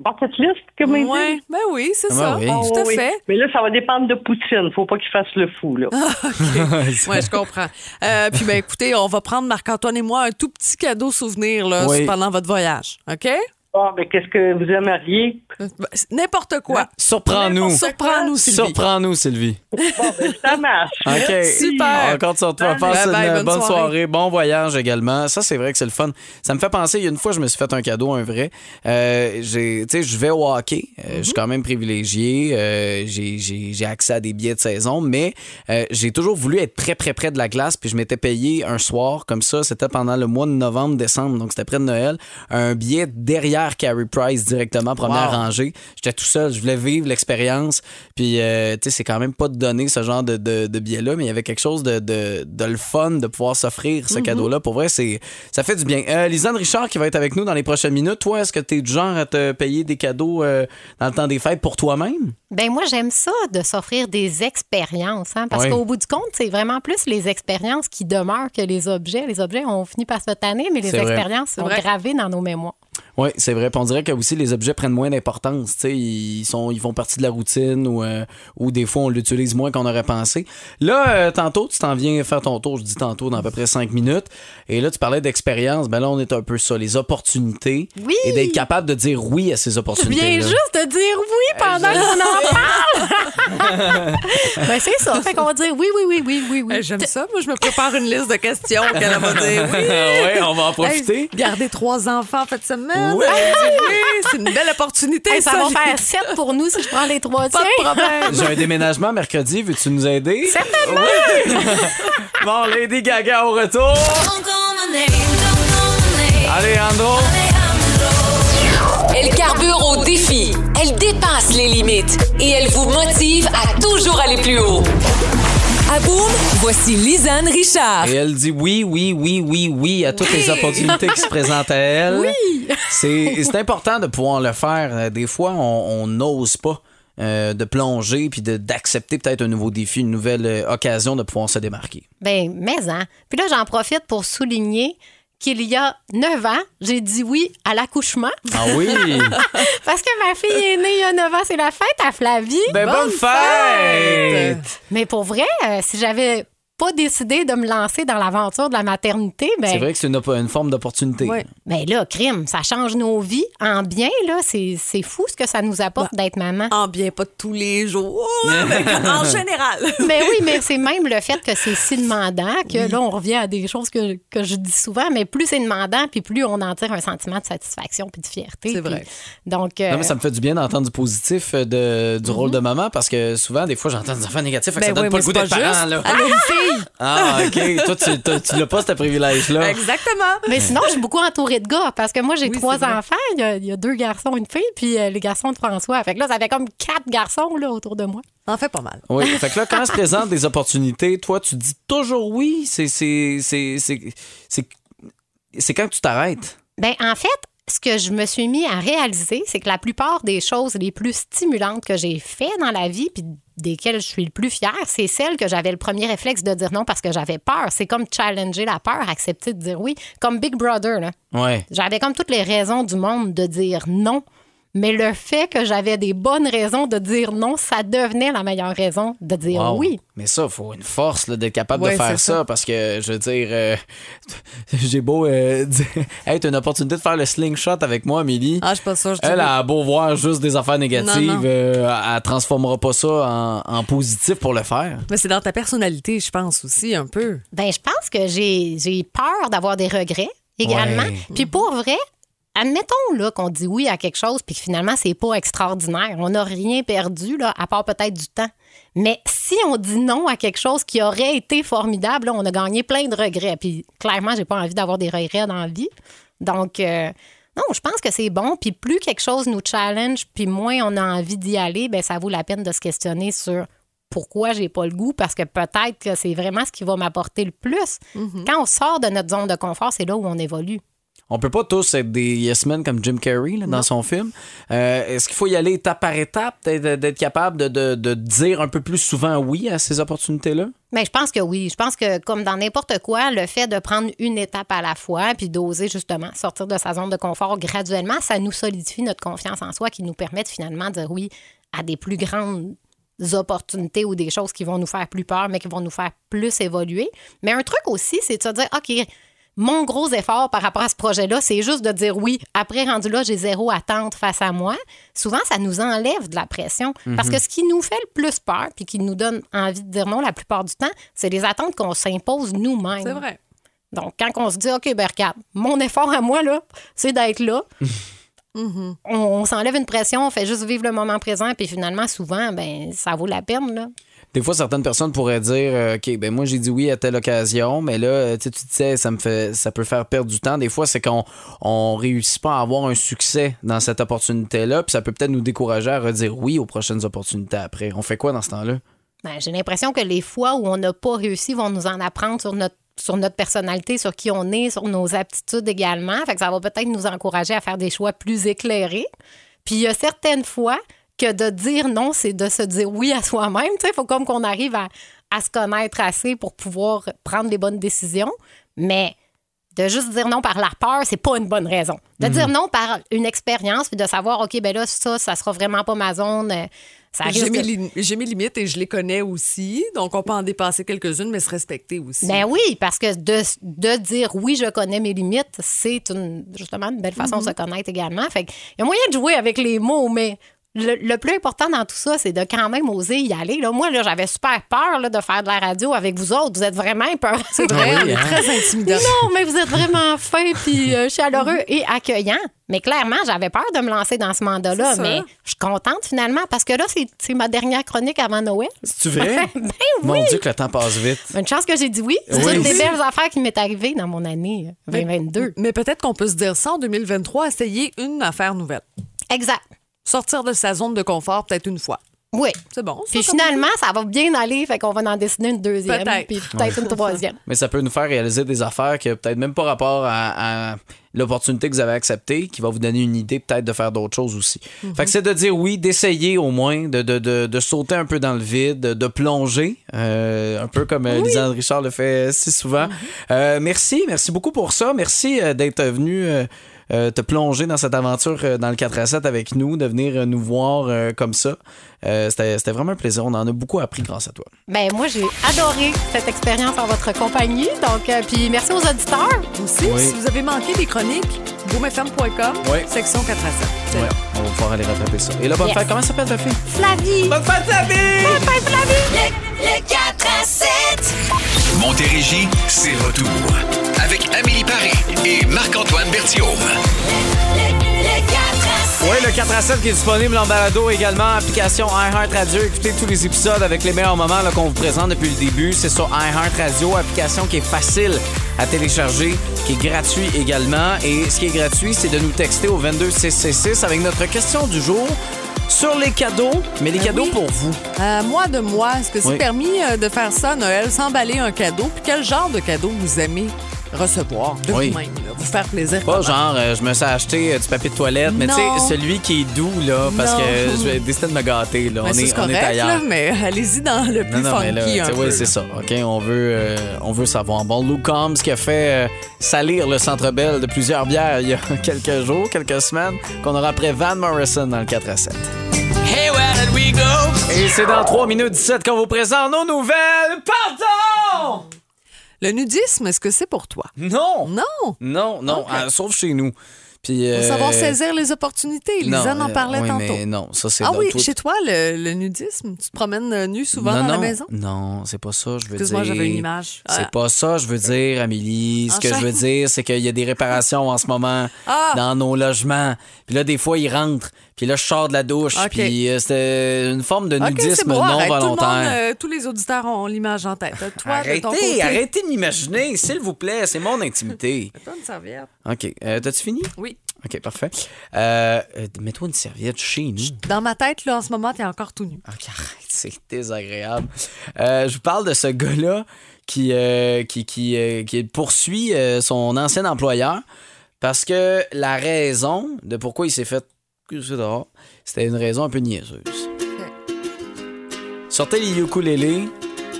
Speaker 10: bucket list, comme ils disent.
Speaker 3: Ouais, ben oui, c'est
Speaker 2: Ben
Speaker 3: ça.
Speaker 2: oui.
Speaker 10: Oh,
Speaker 3: Tout à
Speaker 10: oui.
Speaker 3: fait.
Speaker 10: Mais là, ça va dépendre de Poutine. Faut pas qu'il fasse le fou, là.
Speaker 3: [laughs] Oui, je comprends. Euh, puis, ben, écoutez, on va prendre Marc-Antoine et moi un tout petit cadeau souvenir là,
Speaker 2: Oui.
Speaker 3: pendant votre voyage. OK?
Speaker 10: Bon, Ah, mais qu'est-ce que vous aimeriez?
Speaker 3: Ben, c'est N'importe
Speaker 12: Ah,
Speaker 3: quoi.
Speaker 2: Surprends-nous.
Speaker 3: Surprends-nous, Sylvie.
Speaker 2: Surprends-nous, Sylvie.
Speaker 10: Bon, ben, ça marche.
Speaker 2: [laughs] OK.
Speaker 3: Super.
Speaker 2: On compte sur toi.
Speaker 3: Bye.
Speaker 2: Passe
Speaker 3: Bye bye,
Speaker 2: une
Speaker 3: bonne
Speaker 2: bonne,
Speaker 3: soirée.
Speaker 2: soirée. bon voyage également. Ça, c'est vrai que c'est le fun. Ça me fait penser, il y a une fois, je me suis fait un cadeau, un vrai. Euh, j'ai- tu sais, je vais au hockey. Euh, Je suis quand même privilégié. Euh, j'ai- J'ai j'ai accès à des billets de saison, mais euh, j'ai toujours voulu être très, très près de la glace. Puis je m'étais payé un soir, comme ça, c'était pendant le mois de novembre, décembre, donc c'était près de Noël, un billet derrière Carey Price directement, première
Speaker 3: Wow.
Speaker 2: rangée. J'étais tout seul, je voulais vivre l'expérience. Puis, euh, tu sais, c'est quand même pas de donner ce genre de, de, de billet-là, mais il y avait quelque chose de, de, de le fun de pouvoir s'offrir ce cadeau-là. Pour vrai, c'est ça fait du bien. Euh, Lisanne Richard qui va être avec nous dans les prochaines minutes, toi, est-ce que tu es du genre à te payer des cadeaux euh, dans le temps des fêtes pour toi-même?
Speaker 12: Ben moi, j'aime ça de s'offrir des expériences, hein, parce
Speaker 2: Oui.
Speaker 12: qu'au bout du compte, c'est vraiment plus les expériences qui demeurent que les objets. Les objets, on finit par se tanner, mais les
Speaker 2: C'est vrai.
Speaker 12: expériences sont
Speaker 3: vrai.
Speaker 12: gravées dans nos mémoires.
Speaker 2: Oui, c'est vrai. Puis on dirait que aussi les objets prennent moins d'importance. Tu sais, Ils, sont, ils font partie de la routine ou, euh, ou des fois on l'utilise moins qu'on aurait pensé. Là, euh, tantôt, tu t'en viens faire ton tour, je dis tantôt, dans à peu près cinq minutes. Et là, tu parlais d'expérience. Ben là, on est un peu ça, les opportunités.
Speaker 12: Oui.
Speaker 2: Et d'être capable de dire oui à ces
Speaker 12: Je viens
Speaker 2: opportunités-là.
Speaker 12: juste de dire oui pendant qu'on en parle. [laughs] ben c'est ça.
Speaker 3: [laughs]
Speaker 12: Fait qu'on va dire oui, oui, oui, oui, oui, oui.
Speaker 3: Eh, J'aime ça. Moi, je me prépare une liste de questions qu'elle va dire.
Speaker 12: [laughs]
Speaker 3: Oui.
Speaker 2: [laughs] ouais, on va en profiter.
Speaker 3: Hey, garder trois enfants en fin de semaine.
Speaker 2: Ouais.
Speaker 3: Oui, c'est une belle opportunité.
Speaker 12: Hey, ça va
Speaker 3: [laughs]
Speaker 12: faire 7 pour nous si je prends les
Speaker 3: Pas
Speaker 12: trois
Speaker 3: de
Speaker 12: tiens.
Speaker 3: problème.
Speaker 2: J'ai un déménagement mercredi, veux-tu nous aider? Certainement! [laughs] bon, Lady Gaga au retour. Alejandro.
Speaker 13: Elle carbure au défi. Elle dépasse les limites. Et elle vous motive à toujours aller plus haut. À boum, voici Lisanne Richard.
Speaker 2: Et elle dit oui, oui, oui, oui, Ah. oui à toutes les opportunités qui se [laughs] présentent à elle. Oui. C'est c'est important de pouvoir le faire. Euh, Des fois, on on n'ose pas. euh, de plonger puis de- d'accepter peut-être un nouveau défi, une nouvelle euh, occasion de pouvoir se démarquer.
Speaker 12: Ben, mais hein. Puis là, j'en profite pour souligner qu'il y a 9 ans, j'ai dit oui à l'accouchement. [laughs]
Speaker 2: Ah oui!
Speaker 12: Parce que ma fille est née il y a 9 ans, c'est la fête à Flavie.
Speaker 2: [laughs] ben bonne fête!
Speaker 12: Mais pour vrai, euh, si j'avais pas décidé de me lancer dans l'aventure de la maternité, ben,
Speaker 2: C'est vrai que c'est une, op- une forme d'opportunité.
Speaker 3: Ouais.
Speaker 12: ben là, crime, ça change nos vies en bien, là. C'est c'est fou ce que ça nous apporte d'être maman.
Speaker 3: En bien, pas tous les jours, [laughs] mais en général.
Speaker 12: Mais Ben oui, mais c'est même le fait que c'est si demandant que là, on revient à des choses que, que je dis souvent, mais plus c'est demandant, puis plus on en tire un sentiment de satisfaction puis de fierté.
Speaker 3: C'est
Speaker 12: puis-
Speaker 3: vrai.
Speaker 12: Donc, euh,
Speaker 2: Non, mais ça me fait du bien d'entendre du positif euh, de, du rôle de maman parce que souvent, des fois, j'entends des enfants négatifs, fait que ça donne
Speaker 3: oui,
Speaker 2: pas
Speaker 3: mais
Speaker 2: le goût
Speaker 3: c'est
Speaker 2: d'être parent. là.
Speaker 3: Elle a une fille.
Speaker 2: Ah, Ben, OK. Toi, tu, t'as- tu l'as pas, ce
Speaker 3: Ah.
Speaker 2: privilège-là.
Speaker 3: Exactement.
Speaker 12: Mais sinon, je suis beaucoup entourée de gars parce que moi, j'ai
Speaker 3: Oui,
Speaker 12: trois
Speaker 3: c'est vrai.
Speaker 12: enfants. Il y, a, il y a deux garçons, une fille, puis euh, les garçons de François. Fait que là, ça fait comme quatre garçons là, autour de moi.
Speaker 3: En fait, pas mal.
Speaker 2: Oui, fait que là, quand se présentent des opportunités, toi, tu dis toujours oui. C'est c'est- c'est- c'est- c'est- c'est quand que tu t'arrêtes.
Speaker 12: Ben, en fait, ce que je me suis mis à réaliser, c'est que la plupart des choses les plus stimulantes que j'ai fait dans la vie, puis desquelles je suis le plus fière, c'est celles que j'avais le premier réflexe de dire non parce que j'avais peur. C'est comme challenger la peur, accepter de dire oui, comme Big Brother. Là.
Speaker 2: Ouais.
Speaker 12: J'avais comme toutes les raisons du monde de dire non. Mais le fait que j'avais des bonnes raisons de dire non, ça devenait la meilleure raison de dire
Speaker 2: Wow.
Speaker 12: oui.
Speaker 2: Mais ça, il faut une force là, d'être capable
Speaker 12: Ouais,
Speaker 2: de faire
Speaker 12: c'est ça.
Speaker 2: ça, parce que, je veux dire, euh, [laughs] j'ai beau euh, dire, hey, t'as une opportunité de faire le slingshot avec moi, Amélie.
Speaker 3: Ah, je suis pas sûre. je te
Speaker 2: Elle
Speaker 3: dirais.
Speaker 2: a beau voir juste des affaires négatives,
Speaker 3: Non, non.
Speaker 2: euh, elle transformera pas ça en, en positif pour le faire.
Speaker 3: Mais c'est dans ta personnalité, je pense aussi, un peu.
Speaker 12: Ben, je pense que j'ai j'ai peur d'avoir des regrets également.
Speaker 2: Ouais.
Speaker 12: Puis pour vrai, admettons là qu'on dit oui à quelque chose puis que finalement c'est pas extraordinaire, on n'a rien perdu là à part peut-être du temps. Mais si on dit non à quelque chose qui aurait été formidable, là, on a gagné plein de regrets. Puis clairement, j'ai pas envie d'avoir des regrets dans la vie. Donc euh, non, je pense que c'est bon. Puis plus quelque chose nous challenge, puis moins on a envie d'y aller, ben ça vaut la peine de se questionner sur pourquoi j'ai pas le goût, parce que peut-être que c'est vraiment ce qui va m'apporter le plus. Quand on sort de notre zone de confort, c'est là où on évolue.
Speaker 2: On peut pas tous être des yes men comme Jim Carrey là, dans son film. Euh, Est-ce qu'il faut y aller étape par étape, d'être euh, d'être capable de, de- de dire un peu plus souvent oui à ces opportunités-là?
Speaker 12: Mais je pense que oui. Je pense que comme dans n'importe quoi, le fait de prendre une étape à la fois, puis d'oser justement sortir de sa zone de confort graduellement, ça nous solidifie notre confiance en soi qui nous permet de finalement dire oui à des plus grandes opportunités ou des choses qui vont nous faire plus peur, mais qui vont nous faire plus évoluer. Mais un truc aussi, c'est de se dire, OK, mon gros effort par rapport à ce projet-là, c'est juste de dire oui. Après, rendu là, j'ai zéro attente face à moi. Souvent, ça nous enlève de la pression. Parce
Speaker 11: Mhm.
Speaker 12: que ce qui nous fait le plus peur, puis qui nous donne envie de dire non la plupart du temps, c'est les attentes qu'on s'impose nous-mêmes.
Speaker 3: C'est vrai.
Speaker 12: Donc, quand on se dit, OK, ben regarde, mon effort à moi, là, c'est d'être là.
Speaker 3: Mhm.
Speaker 12: On, on s'enlève une pression, on fait juste vivre le moment présent, puis finalement, souvent, ben ça vaut la peine, là.
Speaker 2: Des fois, certaines personnes pourraient dire euh, OK, ben moi, j'ai dit oui à telle occasion, mais là, euh, tu sais, tu disais, ça me fait, ça peut faire perdre du temps. Des fois, c'est qu'on on réussit pas à avoir un succès dans cette opportunité-là, puis ça peut peut-être nous décourager à redire oui aux prochaines opportunités après. On fait quoi dans ce temps-là?
Speaker 12: Ben, J'ai l'impression que les fois où on n'a pas réussi vont nous en apprendre sur notre sur notre personnalité, sur qui on est, sur nos aptitudes également. Fait que ça va peut-être nous encourager à faire des choix plus éclairés. Puis il y a certaines fois que de dire non, c'est de se dire oui à soi-même. Il faut comme qu'on arrive à, à se connaître assez pour pouvoir prendre les bonnes décisions. Mais de juste dire non par la peur, c'est pas une bonne raison. De
Speaker 11: Mhm.
Speaker 12: dire non par une expérience, puis de savoir, OK, ben là, ça, ça sera vraiment pas ma zone. euh, Ça
Speaker 3: J'ai
Speaker 12: risque
Speaker 3: mes,
Speaker 12: de-
Speaker 3: lim- j'ai mes limites et je les connais aussi. Donc, on peut en dépasser quelques-unes, mais se respecter aussi.
Speaker 12: Ben oui, parce que de, de dire oui, je connais mes limites, c'est une, justement une belle façon
Speaker 2: Mhm.
Speaker 12: de se connaître également. Fait il y a moyen de jouer avec les mots, mais le, le plus important dans tout ça, c'est de quand même oser y aller. Là, moi, là, j'avais super peur là, de faire de la radio avec vous autres. Vous êtes vraiment peur. C'est
Speaker 3: vrai, Ah oui, on est hein? très intimidants.
Speaker 12: [laughs]
Speaker 3: [laughs]
Speaker 12: Non, mais vous êtes vraiment fins puis euh,
Speaker 2: Mhm.
Speaker 12: chaleureux et accueillants. Mais clairement, j'avais peur de me lancer dans ce mandat-là.
Speaker 3: C'est sûr.
Speaker 12: Mais je suis contente finalement parce que là, c'est- c'est ma dernière chronique avant Noël.
Speaker 2: C'est-tu vrai?
Speaker 12: [laughs] ben oui!
Speaker 2: Mon Dieu, que le temps passe vite.
Speaker 12: Une chance que j'ai dit oui. C'est
Speaker 2: Oui.
Speaker 12: une des belles affaires qui m'est arrivée dans mon année euh, 2022.
Speaker 3: Mais, mais peut-être qu'on peut se dire ça en 2023, essayer une affaire nouvelle.
Speaker 12: Exact.
Speaker 3: Sortir de sa zone de confort peut-être une fois.
Speaker 12: Oui.
Speaker 3: C'est bon. ça,
Speaker 12: Puis
Speaker 3: comme-
Speaker 12: finalement, ça va bien aller, fait qu'on va en dessiner une deuxième,
Speaker 3: Peut-être.
Speaker 12: puis peut-être
Speaker 2: Ouais.
Speaker 12: une troisième.
Speaker 2: Mais ça peut nous faire réaliser des affaires qui ont peut-être même pas rapport à, à l'opportunité que vous avez acceptée, qui va vous donner une idée peut-être de faire d'autres choses aussi. Fait que c'est de dire oui, d'essayer au moins, de, de, de- de sauter un peu dans le vide, de, de plonger, euh, un peu comme euh, Lisanne Richard le fait si souvent. Euh, merci, merci beaucoup pour ça. Merci euh, d'être venu. euh, euh, te plonger dans cette aventure euh, dans le 4 à 7 avec nous, de venir euh, nous voir euh, comme ça. Euh, C'était c'était vraiment un plaisir. On en a beaucoup appris grâce à toi.
Speaker 12: Ben moi, j'ai adoré cette expérience en votre compagnie. Donc, euh, puis merci aux auditeurs.
Speaker 3: Aussi,
Speaker 2: Oui.
Speaker 3: si vous avez manqué les chroniques, boomfm.com,
Speaker 2: Ouais.
Speaker 3: section 4 à 7. C'est
Speaker 2: Ouais, on va pouvoir aller rattraper ça. Et là, bonne
Speaker 3: Yes.
Speaker 2: fête. Comment ça s'appelle ta fille?
Speaker 12: Flavie!
Speaker 2: Bonne fête, Flavie!
Speaker 12: Bonne fête, Flavie!
Speaker 13: Le 4 à 7.
Speaker 1: Montérégie, c'est retour. Avec Amélie Paris et Marc-Antoine Bertiom.
Speaker 13: Le 4 à 7.
Speaker 2: Oui, le 4 à 7 qui est disponible en balado également, application iHeartRadio. Écoutez tous les épisodes avec les meilleurs moments là, qu'on vous présente depuis le début. C'est sur iHeartRadio, application qui est facile à télécharger, qui est gratuit également. Et ce qui est gratuit, c'est de nous texter au 22666 avec notre question du jour sur les cadeaux, mais les
Speaker 3: Ben
Speaker 2: cadeaux
Speaker 3: oui.
Speaker 2: pour vous.
Speaker 3: Euh, moi de moi, est-ce que c'est
Speaker 2: Oui.
Speaker 3: permis euh, de faire ça à Noël, s'emballer un cadeau? Puis quel genre de cadeau vous aimez recevoir de
Speaker 2: Oui.
Speaker 3: vous-même? là? vous faire plaisir.
Speaker 2: Pas genre, euh, je me suis acheté euh, du papier de toilette, mais tu
Speaker 3: Ah, ben. Non.
Speaker 2: sais, celui qui est doux, là, parce
Speaker 3: Non.
Speaker 2: que je vais décider de me gâter, là.
Speaker 3: Mais
Speaker 2: on
Speaker 3: Ben, ça,
Speaker 2: est,
Speaker 3: c'est
Speaker 2: on est
Speaker 3: correct,
Speaker 2: ailleurs.
Speaker 3: là, mais [laughs] allez-y dans le plus funky
Speaker 2: tu
Speaker 3: un
Speaker 2: sais,
Speaker 3: peu,
Speaker 2: oui,
Speaker 3: là.
Speaker 2: c'est ça. OK, on veut, euh, on veut savoir. Bon, Lou Combs qui a fait euh, salir le Centre Bell de plusieurs bières il y a [laughs] quelques jours, quelques semaines, qu'on aura après Van Morrison dans le 4 à 7.
Speaker 4: Hey, where did we go?
Speaker 2: Et c'est dans 3 minutes 17 qu'on vous présente nos nouvelles. Pardon!
Speaker 3: Le nudisme, est-ce que c'est pour toi?
Speaker 2: Non!
Speaker 3: Non!
Speaker 2: Non, non, ah, sauf chez nous. Puis,
Speaker 3: Pour
Speaker 2: euh,
Speaker 3: savoir saisir les opportunités.
Speaker 2: non,
Speaker 3: Lisanne en
Speaker 2: euh,
Speaker 3: parlait
Speaker 2: oui,
Speaker 3: tantôt.
Speaker 2: mais non, ça, c'est
Speaker 3: ah
Speaker 2: dans
Speaker 3: oui,
Speaker 2: tout-
Speaker 3: chez toi, le, le nudisme, tu te promènes euh, nu souvent
Speaker 2: non,
Speaker 3: dans la
Speaker 2: non,
Speaker 3: maison?
Speaker 2: Non, c'est pas ça, je veux dire.
Speaker 3: Excuse-moi, j'avais une image.
Speaker 2: C'est
Speaker 3: Ah.
Speaker 2: pas ça, je veux dire, Amélie. Ce que je
Speaker 3: Enchaîne.
Speaker 2: veux dire, c'est qu'il y a des réparations en ce moment
Speaker 3: Ah!
Speaker 2: dans nos logements. Puis là, des fois, ils rentrent. Puis là, je sors de la douche.
Speaker 3: Ok.
Speaker 2: Puis euh, c'était une forme de
Speaker 3: Ok, c'est
Speaker 2: nudisme
Speaker 3: beau,
Speaker 2: non
Speaker 3: arrête. Tout le monde,
Speaker 2: volontaire.
Speaker 3: euh, tous les auditeurs ont l'image en tête. hein. Toi, de ton
Speaker 2: arrêtez,
Speaker 3: côté.
Speaker 2: arrêtez de m'imaginer, s'il vous plaît. C'est mon intimité.
Speaker 3: Attends une serviette.
Speaker 2: OK. euh, T'as-tu fini?
Speaker 3: Oui.
Speaker 2: OK, parfait. Euh, euh, Mets-toi une serviette chez nous.
Speaker 3: Dans ma tête, là, en ce moment, t'es encore tout nu.
Speaker 2: C'est désagréable. Euh, je vous parle de ce gars-là qui, euh, qui, qui, euh, qui poursuit euh, son ancien employeur parce que la raison de pourquoi il s'est fait crucer dehors, c'était une raison un peu niaiseuse. Sortez les ukulélés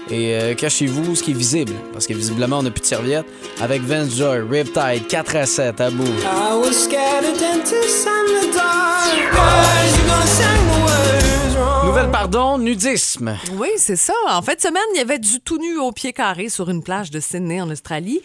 Speaker 2: et euh, cachez-vous ce qui est visible parce que visiblement on n'a plus de serviette avec Vince Joy, Riptide, 4 à 7, tabou.
Speaker 4: I was scared of dentists and the dark. Guys, you gonna sing the words wrong.
Speaker 2: Nouvelle pardon, nudisme.
Speaker 3: Oui, c'est ça. En fait, semaine, il y avait du tout nu au pied carré sur une plage de Sydney en Australie.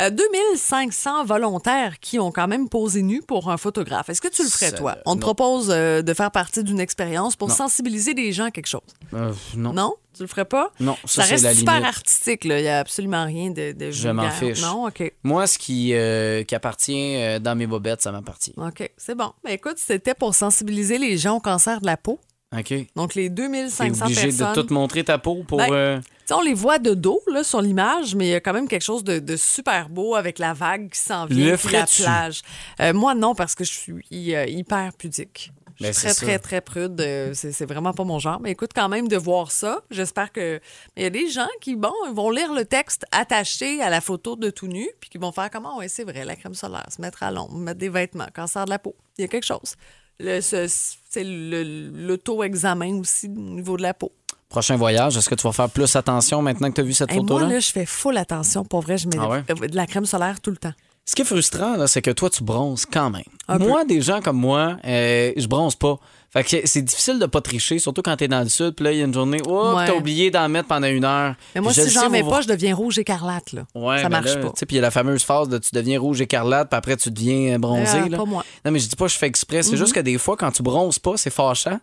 Speaker 3: Euh, 2500 volontaires qui ont quand même posé nu pour un photographe. Est-ce que tu le ferais,
Speaker 2: Ça,
Speaker 3: toi?
Speaker 2: euh,
Speaker 3: On te
Speaker 2: non.
Speaker 3: propose euh, de faire partie d'une expérience pour
Speaker 2: Non.
Speaker 3: sensibiliser les gens à quelque chose.
Speaker 2: Euh, non.
Speaker 3: Non? Tu le ferais pas?
Speaker 2: Non, ça, c'est
Speaker 3: reste
Speaker 2: la
Speaker 3: super
Speaker 2: limite.
Speaker 3: artistique. là. Il n'y a absolument rien de, de
Speaker 2: Je m'en
Speaker 3: vulgaire.
Speaker 2: fiche.
Speaker 3: Non? OK.
Speaker 2: Moi, ce qui, euh, qui appartient euh, dans mes bobettes, ça m'appartient.
Speaker 3: OK, c'est bon. Mais écoute, c'était pour sensibiliser les gens au cancer de la peau.
Speaker 2: OK?
Speaker 3: Donc, les
Speaker 2: T'es
Speaker 3: 2500
Speaker 2: obligé
Speaker 3: personnes.
Speaker 2: de tout montrer ta peau pour.
Speaker 3: Ben,
Speaker 2: euh,
Speaker 3: Tu sais, on les voit de dos là, sur l'image, mais il y a quand même quelque chose de, de super beau avec la vague qui s'en vient,
Speaker 2: Le
Speaker 3: puis la
Speaker 2: ferais-tu?
Speaker 3: plage. Euh, moi, non, parce que je suis euh, hyper pudique. Je
Speaker 2: Ben,
Speaker 3: suis
Speaker 2: c'est
Speaker 3: très,
Speaker 2: ça.
Speaker 3: très, très prude. euh, C'est c'est vraiment pas mon genre. Mais écoute, quand même, de voir ça, j'espère que. Il y a des gens qui, bon, ils vont lire le texte attaché à la photo de tout nu, puis qui vont faire comment, ouais, c'est vrai, la crème solaire, se mettre à l'ombre, mettre des vêtements, cancer de la peau. Il y a quelque chose. Le, ce- c'est le- l'auto-examen aussi au niveau de la peau.
Speaker 2: Prochain voyage, est-ce que tu vas faire plus attention maintenant que tu as vu cette
Speaker 3: Hey, moi,
Speaker 2: photo-là?
Speaker 3: là, je fais full attention. Pour vrai, je mets euh,
Speaker 2: Ah ouais?
Speaker 3: de- de la crème solaire tout le temps.
Speaker 2: Ce qui est frustrant, là, c'est que toi, tu bronzes quand même.
Speaker 3: Un
Speaker 2: moi, des gens comme moi, euh, je bronze pas. Fait que c'est- c'est difficile de pas tricher, surtout quand t'es dans le sud. Puis là, il y a une journée, oh,
Speaker 3: Ouais.
Speaker 2: t'as oublié d'en mettre pendant une heure.
Speaker 3: Mais moi,
Speaker 2: Puis je
Speaker 3: si
Speaker 2: le sais,
Speaker 3: j'en mets
Speaker 2: vous-
Speaker 3: pas, je deviens rouge écarlate. Là.
Speaker 2: Ouais,
Speaker 3: ça
Speaker 2: mais
Speaker 3: marche
Speaker 2: là,
Speaker 3: pas.
Speaker 2: tu sais, Puis il y a la fameuse phase de tu deviens rouge écarlate, puis après tu deviens euh, bronzé.
Speaker 3: Euh,
Speaker 2: là.
Speaker 3: pas moi.
Speaker 2: Non, mais je dis pas que je fais exprès. C'est
Speaker 3: Mhm.
Speaker 2: juste que des fois, quand tu bronzes pas, c'est fâchant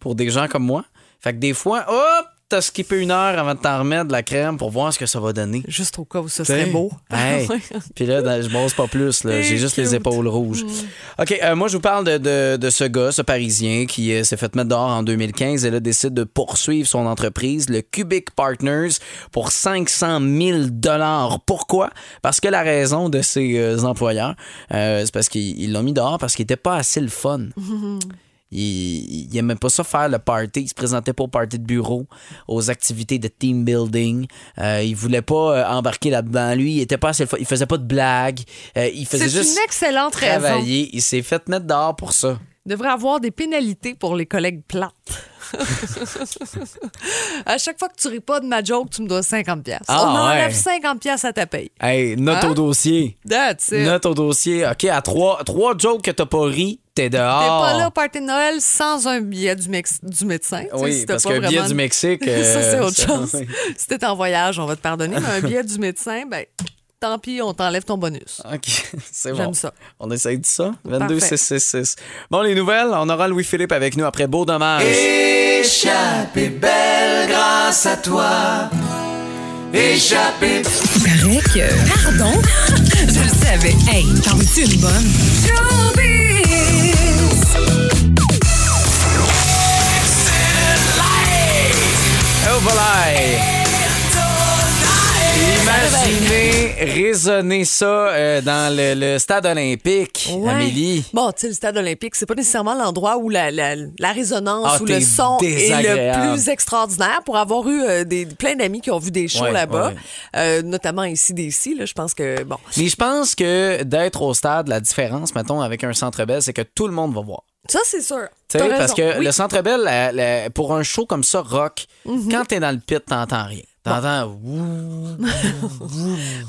Speaker 2: pour des gens comme moi. Fait que des fois, hop, t'as skippé une heure avant de t'en remettre de la crème pour voir ce que ça va donner.
Speaker 3: Juste au cas où ça
Speaker 2: T'sais.
Speaker 3: serait beau.
Speaker 2: [laughs]
Speaker 3: [laughs]
Speaker 2: Hey. Puis là, dans- je bronze pas plus. là. J'ai
Speaker 3: C'est
Speaker 2: juste
Speaker 3: cute.
Speaker 2: les épaules rouges. OK, euh, moi, je vous parle de, de- de ce gars, ce Parisien, qui euh, s'est fait mettre dehors en 2015 et là, décide de poursuivre son entreprise, le Cubic Partners, pour 500 000 Pourquoi? Parce que la raison de ses euh, employeurs, euh, c'est parce qu'ils ils l'ont mis dehors parce qu'il était pas assez le fun. Il, il aimait pas ça faire le party. Il se présentait pas au party de bureau, aux activités de team building. Euh, il voulait pas euh, embarquer là-dedans. Lui, il était pas assez le fun. Il faisait pas de blagues. Euh, il faisait
Speaker 3: C'est
Speaker 2: juste
Speaker 3: une excellente raison.
Speaker 2: travailler. Il s'est fait mettre dehors pour ça.
Speaker 3: Il devrait avoir des pénalités pour les collègues plates. [laughs] à chaque fois que tu ris pas de ma joke, tu me dois 50$. piastres.
Speaker 2: Ah,
Speaker 3: On enlève
Speaker 2: ouais.
Speaker 3: 50$ piastres à ta paye.
Speaker 2: Hey, note
Speaker 3: Hein?
Speaker 2: au dossier.
Speaker 3: That's it.
Speaker 2: Note au dossier. OK, à trois, trois jokes que t'as pas ri, t'es dehors.
Speaker 3: T'es pas là au party de Noël sans un billet du, mex- du médecin. tu sais,
Speaker 2: Oui,
Speaker 3: si t'as
Speaker 2: parce
Speaker 3: pas
Speaker 2: qu'un billet
Speaker 3: vraiment-
Speaker 2: du Mexique,
Speaker 3: [laughs] ça, c'est
Speaker 2: euh,
Speaker 3: autre
Speaker 2: ça,
Speaker 3: chose.
Speaker 2: oui. [laughs]
Speaker 3: si t'es en voyage, on va te pardonner, mais un billet du médecin, ben, tant pis, on t'enlève ton bonus.
Speaker 2: OK, c'est bon.
Speaker 3: J'aime ça.
Speaker 2: On essaye de ça?
Speaker 3: Parfait.
Speaker 2: 22666. Bon, les nouvelles, on aura Louis-Philippe avec nous après Beau Dommage.
Speaker 4: Échappée belle grâce à toi. Échappée.
Speaker 11: Paraît que. Pardon? Je le savais. Hey, t'en veux-tu une bonne?
Speaker 2: Oh, voilà! L'image Imaginez raisonner ça euh, dans le, le stade olympique,
Speaker 3: Ouais.
Speaker 2: Amélie.
Speaker 3: Bon, tu sais, le stade olympique, c'est pas nécessairement l'endroit où la, la- la résonance
Speaker 2: Ah,
Speaker 3: ou le
Speaker 2: t'es
Speaker 3: son est le
Speaker 2: désagréable.
Speaker 3: plus extraordinaire. Pour avoir eu euh, des, plein d'amis qui ont vu des shows
Speaker 2: Ouais,
Speaker 3: là-bas,
Speaker 2: ouais.
Speaker 3: euh, notamment ici, d'ici, là, je pense que, bon,
Speaker 2: Mais je pense que d'être au stade, la différence, mettons, avec un centre belle, c'est que tout le monde va voir.
Speaker 3: ça, c'est sûr.
Speaker 2: Tu sais,
Speaker 3: T'as
Speaker 2: parce
Speaker 3: raison.
Speaker 2: que
Speaker 3: Oui. Mhm.
Speaker 2: le Centre Bell, la- la- pour un show comme ça, rock, quand t'es dans le pit, t'entends rien. T'entends...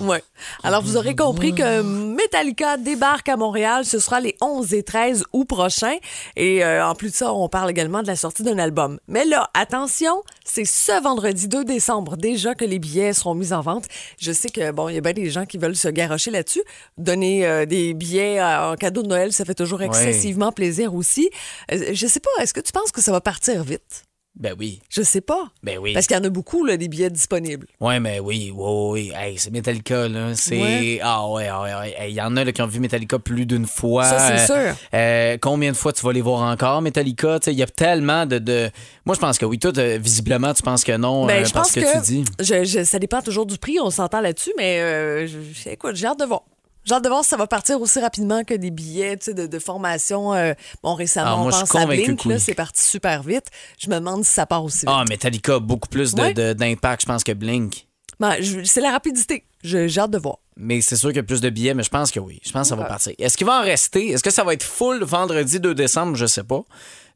Speaker 3: Ouais. Alors, vous aurez compris que Metallica débarque à Montréal. Ce sera les 11 et 13 août prochains. Et euh, en plus de ça, on parle également de la sortie d'un album. Mais là, attention, c'est ce vendredi 2 décembre déjà que les billets seront mis en vente. Je sais que, bon, il y a bien des gens qui veulent se garrocher là-dessus. Donner euh, des billets euh, en cadeau de Noël, ça fait toujours excessivement plaisir aussi. Euh, je sais pas, est-ce que tu penses que ça va partir vite?
Speaker 2: Ben oui.
Speaker 3: Je sais pas.
Speaker 2: Ben oui.
Speaker 3: Parce qu'il y en a beaucoup, là, des billets disponibles.
Speaker 2: Ouais, mais oui, oui, oui. Hey, c'est Metallica, là. C'est...
Speaker 3: Ouais.
Speaker 2: Ah ouais, ouais, ouais. Hey, Il y en a là, qui ont vu Metallica plus d'une fois.
Speaker 3: Ça, c'est
Speaker 2: Euh,
Speaker 3: sûr.
Speaker 2: euh, combien de fois tu vas les voir encore, Metallica? Tu sais, Il y a tellement de, de- Moi, je pense que oui. Toi, t'as- visiblement, tu penses que non
Speaker 3: Ben,
Speaker 2: euh,
Speaker 3: je
Speaker 2: parce
Speaker 3: pense
Speaker 2: que, tu dis.
Speaker 3: je- je- ça dépend toujours du prix, on s'entend là-dessus, mais euh, je- je- écoute, j'ai hâte de voir. J'ai hâte de voir si ça va partir aussi rapidement que des billets tu sais, de, de formation. euh, bon, récemment,
Speaker 2: Ah, moi,
Speaker 3: on
Speaker 2: je suis
Speaker 3: pense à
Speaker 2: convaincu
Speaker 3: Blink,
Speaker 2: que oui.
Speaker 3: là, c'est parti super vite. Je me demande si ça part aussi vite.
Speaker 2: Ah, Metallica a beaucoup plus de-
Speaker 3: Ouais.
Speaker 2: de- d'impact, je pense, que Blink.
Speaker 3: Ben, je- c'est la rapidité. Je- J'ai hâte de voir.
Speaker 2: Mais c'est sûr qu'il y a plus de billets, mais je pense que oui. Je pense que ça va
Speaker 3: Ouais.
Speaker 2: partir. Est-ce qu'il va en rester? Est-ce que ça va être full vendredi 2 décembre? Je sais pas.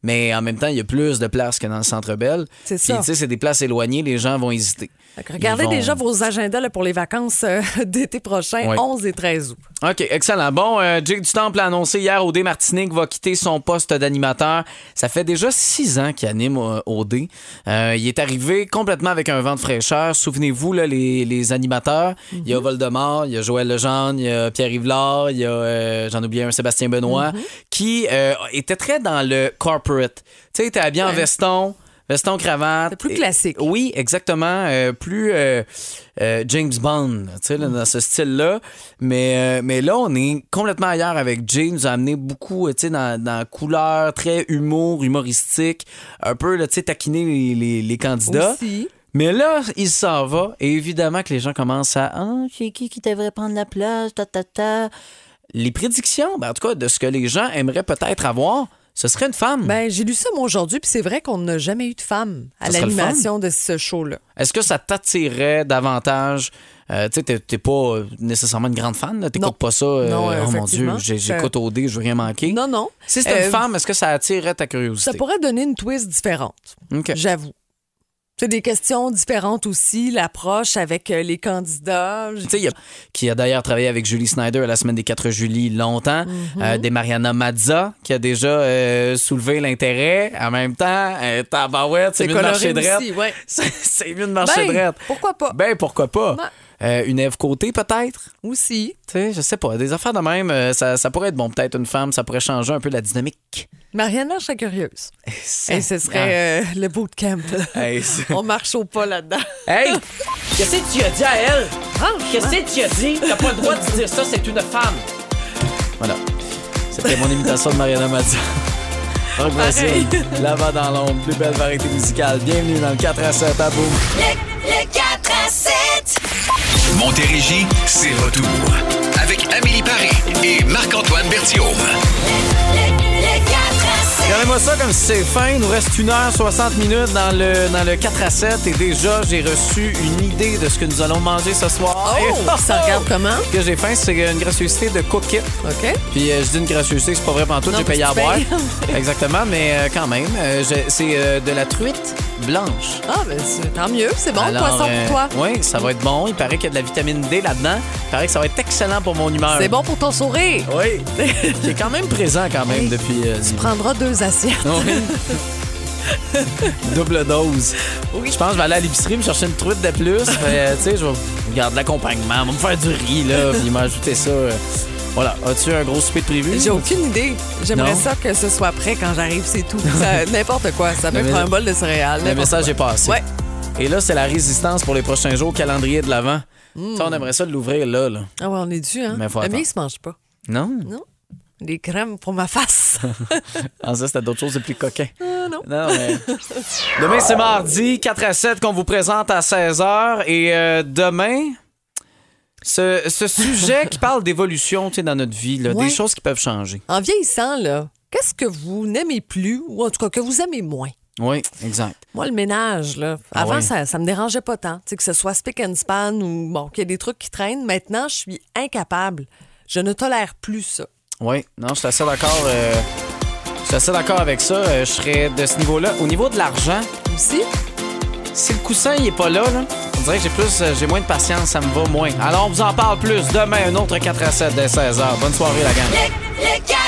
Speaker 2: Mais en même temps, il y a plus de places que dans le Centre Bell.
Speaker 3: C'est
Speaker 2: Puis,
Speaker 3: ça.
Speaker 2: tu sais, c'est des places éloignées, les gens vont hésiter.
Speaker 3: Regardez
Speaker 2: Ils vont-
Speaker 3: déjà vos agendas là, pour les vacances euh, [laughs] d'été prochain,
Speaker 2: Ouais.
Speaker 3: 11 et 13 août.
Speaker 2: OK, excellent. Bon, euh, Jake Dutemple a annoncé hier, OD Martinique va quitter son poste d'animateur. Ça fait déjà six ans qu'il anime euh, OD. Euh, il est arrivé complètement avec un vent de fraîcheur. Souvenez-vous, là, les, les animateurs, il y
Speaker 3: Mhm.
Speaker 2: a Voldemort, il y a Joël Legendre, il y a Pierre Yvelard, il y a, euh, j'en oublie un, Sébastien Benoît,
Speaker 3: Mhm.
Speaker 2: qui euh, était très dans le corporate. Tu sais, il était habillé en veston. Veston cravate.
Speaker 3: plus classique.
Speaker 2: oui, exactement. euh, plus euh, euh, James Bond, tu sais, là, dans ce style-là. Mais, euh, mais là, on est complètement ailleurs avec James. a amené beaucoup, euh, tu sais, dans, dans couleur, très humour, humoristique. Un peu, là, tu sais, taquiner les, les- les candidats.
Speaker 3: Aussi.
Speaker 2: Mais là, il s'en va. Et évidemment que les gens commencent à. Ah, c'est qui qui devrait prendre la place? Ta, ta, ta. Les prédictions, ben, en tout cas, de ce que les gens aimeraient peut-être avoir, ce serait une femme.
Speaker 3: Ben, j'ai lu ça, moi, aujourd'hui, puis c'est vrai qu'on n'a jamais eu de femme à
Speaker 2: Ça serait le fun.
Speaker 3: l'animation de ce show-là.
Speaker 2: Est-ce que ça t'attirait davantage? Euh, tu sais, t'es- t'es pas euh, nécessairement une grande fan, là. t'écoutes pas ça. euh,
Speaker 3: Non,
Speaker 2: oh mon Dieu,
Speaker 3: effectivement.
Speaker 2: j'ai- j'écoute
Speaker 3: Ça-
Speaker 2: au dé, je veux rien manquer.
Speaker 3: Non, non.
Speaker 2: Si c'était
Speaker 3: Euh,
Speaker 2: une femme, est-ce que ça attirerait ta curiosité?
Speaker 3: Ça pourrait donner une twist différente.
Speaker 2: OK.
Speaker 3: J'avoue. C'est des questions différentes aussi, l'approche avec euh, les candidats.
Speaker 2: Tu sais, il y a- qui a d'ailleurs travaillé avec Julie Snyder à la semaine des 4 juillet longtemps,
Speaker 3: Mm-hmm.
Speaker 2: Euh, des Mariana Mazza, qui a déjà euh, soulevé l'intérêt. En même temps, euh, tabarouette, c'est mieux de marcher drette.
Speaker 3: aussi, ouais.
Speaker 2: [laughs] C'est c'est mieux de marcher
Speaker 3: Ben,
Speaker 2: drette.
Speaker 3: Pourquoi pas?
Speaker 2: Ben, pourquoi pas?
Speaker 3: Ouais.
Speaker 2: Euh, une Ève Côté, peut-être?
Speaker 3: Aussi.
Speaker 2: Tu sais, je sais pas. Des affaires de même, euh, ça, ça pourrait être bon. Peut-être une femme, ça pourrait changer un peu la dynamique.
Speaker 3: Mariana, je serais curieuse.
Speaker 2: Ça-
Speaker 3: Et ce serait euh,
Speaker 2: [laughs]
Speaker 3: le bootcamp.
Speaker 2: Ah. Hey, ça-
Speaker 3: On marche au pas là-dedans.
Speaker 2: Hey!
Speaker 14: [laughs] Qu'est-ce que tu as dit à elle?
Speaker 3: Franchement.
Speaker 14: Qu'est-ce que tu as dit? T'as pas le droit de dire ça, c'est une femme.
Speaker 2: Voilà. C'était mon imitation de Mariana Mazza. Rock
Speaker 14: Pareil.
Speaker 2: Voisine, là-bas dans l'ombre, plus belle variété musicale. Bienvenue dans le 4 à 7 à Boom.
Speaker 7: Le 4 à 7.
Speaker 1: Montérégie, c'est retour. Avec Amélie Paris et Marc-Antoine Bertiôme.
Speaker 7: Le 4 à 7.
Speaker 2: Regardez-moi ça comme si c'est fin. Il nous reste 1h60 minutes dans le, dans le 4 à 7 et déjà j'ai reçu une idée de ce que nous allons manger ce soir.
Speaker 3: Oh, ça regarde comment?
Speaker 2: Ce que j'ai faim, c'est une gracieuseté de Cookit.
Speaker 3: OK.
Speaker 2: Puis euh, je dis une gracieuseté, c'est pas vrai pantoute,
Speaker 3: Non,
Speaker 2: j'ai payé à
Speaker 3: parce que
Speaker 2: boire. [laughs]
Speaker 3: tu
Speaker 2: Exactement, mais euh, quand même, euh, je- c'est euh, de la truite blanche.
Speaker 3: Ah, ben, c'est- tant mieux. C'est bon,
Speaker 2: Alors,
Speaker 3: poisson
Speaker 2: euh,
Speaker 3: pour toi.
Speaker 2: Oui, ça va être bon. Il paraît qu'il y a de la vitamine D là-dedans. Il paraît que ça va être excellent pour mon humeur.
Speaker 3: C'est bon pour ton sourire.
Speaker 2: [laughs] Oui. Qui est quand même présent quand même depuis. euh,
Speaker 3: Tu prendras deux assiettes.
Speaker 2: Oui. [laughs] Double dose. Je pense que je vais aller à l'épicerie me chercher une truite de plus.
Speaker 3: [laughs]
Speaker 2: Mais, tu sais, je vais garder l'accompagnement, je vais me faire du riz,
Speaker 3: [laughs]
Speaker 2: là, puis m'ajouter ça. euh. Voilà. As-tu un gros souper de prévu?
Speaker 3: J'ai aucune idée. J'aimerais
Speaker 2: Non.
Speaker 3: ça que ce soit prêt quand j'arrive, c'est tout.
Speaker 2: [laughs]
Speaker 3: Ça- N'importe quoi. Ça peut
Speaker 2: Le
Speaker 3: être
Speaker 2: mé-
Speaker 3: un bol de céréales.
Speaker 2: Le
Speaker 3: n'importe
Speaker 2: message
Speaker 3: quoi.
Speaker 2: est passé.
Speaker 3: Ouais.
Speaker 2: Et là, c'est la résistance pour les prochains jours, calendrier de l'avant.
Speaker 3: Hmm.
Speaker 2: Ça, on aimerait ça de l'ouvrir là, là.
Speaker 3: Ah ouais, on est dû, hein?
Speaker 2: Mais faut
Speaker 3: Le mien,
Speaker 2: attendre.
Speaker 3: il se mange pas.
Speaker 2: Non?
Speaker 3: Non. Des crèmes pour ma face. [laughs]
Speaker 2: Ah, ça, c'était d'autres choses, c'est plus coquin.
Speaker 3: Ah, non.
Speaker 2: Non, mais- Demain, c'est mardi, 4 à 7 qu'on vous présente à 16h. Et euh, demain, Ce, ce sujet qui parle d'évolution tu sais, dans notre vie, là,
Speaker 3: Ouais.
Speaker 2: des choses qui peuvent changer.
Speaker 3: En vieillissant, là, qu'est-ce que vous n'aimez plus ou en tout cas que vous aimez moins?
Speaker 2: Oui, exact.
Speaker 3: Moi, le ménage, là,
Speaker 2: Ah
Speaker 3: avant,
Speaker 2: ouais.
Speaker 3: ça, ça me dérangeait pas tant. Tu sais, que ce soit spick and span ou bon, qu'il y ait des trucs qui traînent. Maintenant, je suis incapable. Je ne tolère plus ça.
Speaker 2: Oui, non, je suis assez d'accord. euh, je suis assez d'accord avec ça. euh, je serais de ce niveau-là. Au niveau de l'argent.
Speaker 3: Aussi?
Speaker 2: Si le coussin il est pas là, là, on dirait que j'ai plus, euh, j'ai moins de patience, ça me va moins. Alors on vous en parle plus demain, un autre 4 à 7 dès 16h. Bonne soirée la gang.
Speaker 7: Le, le 4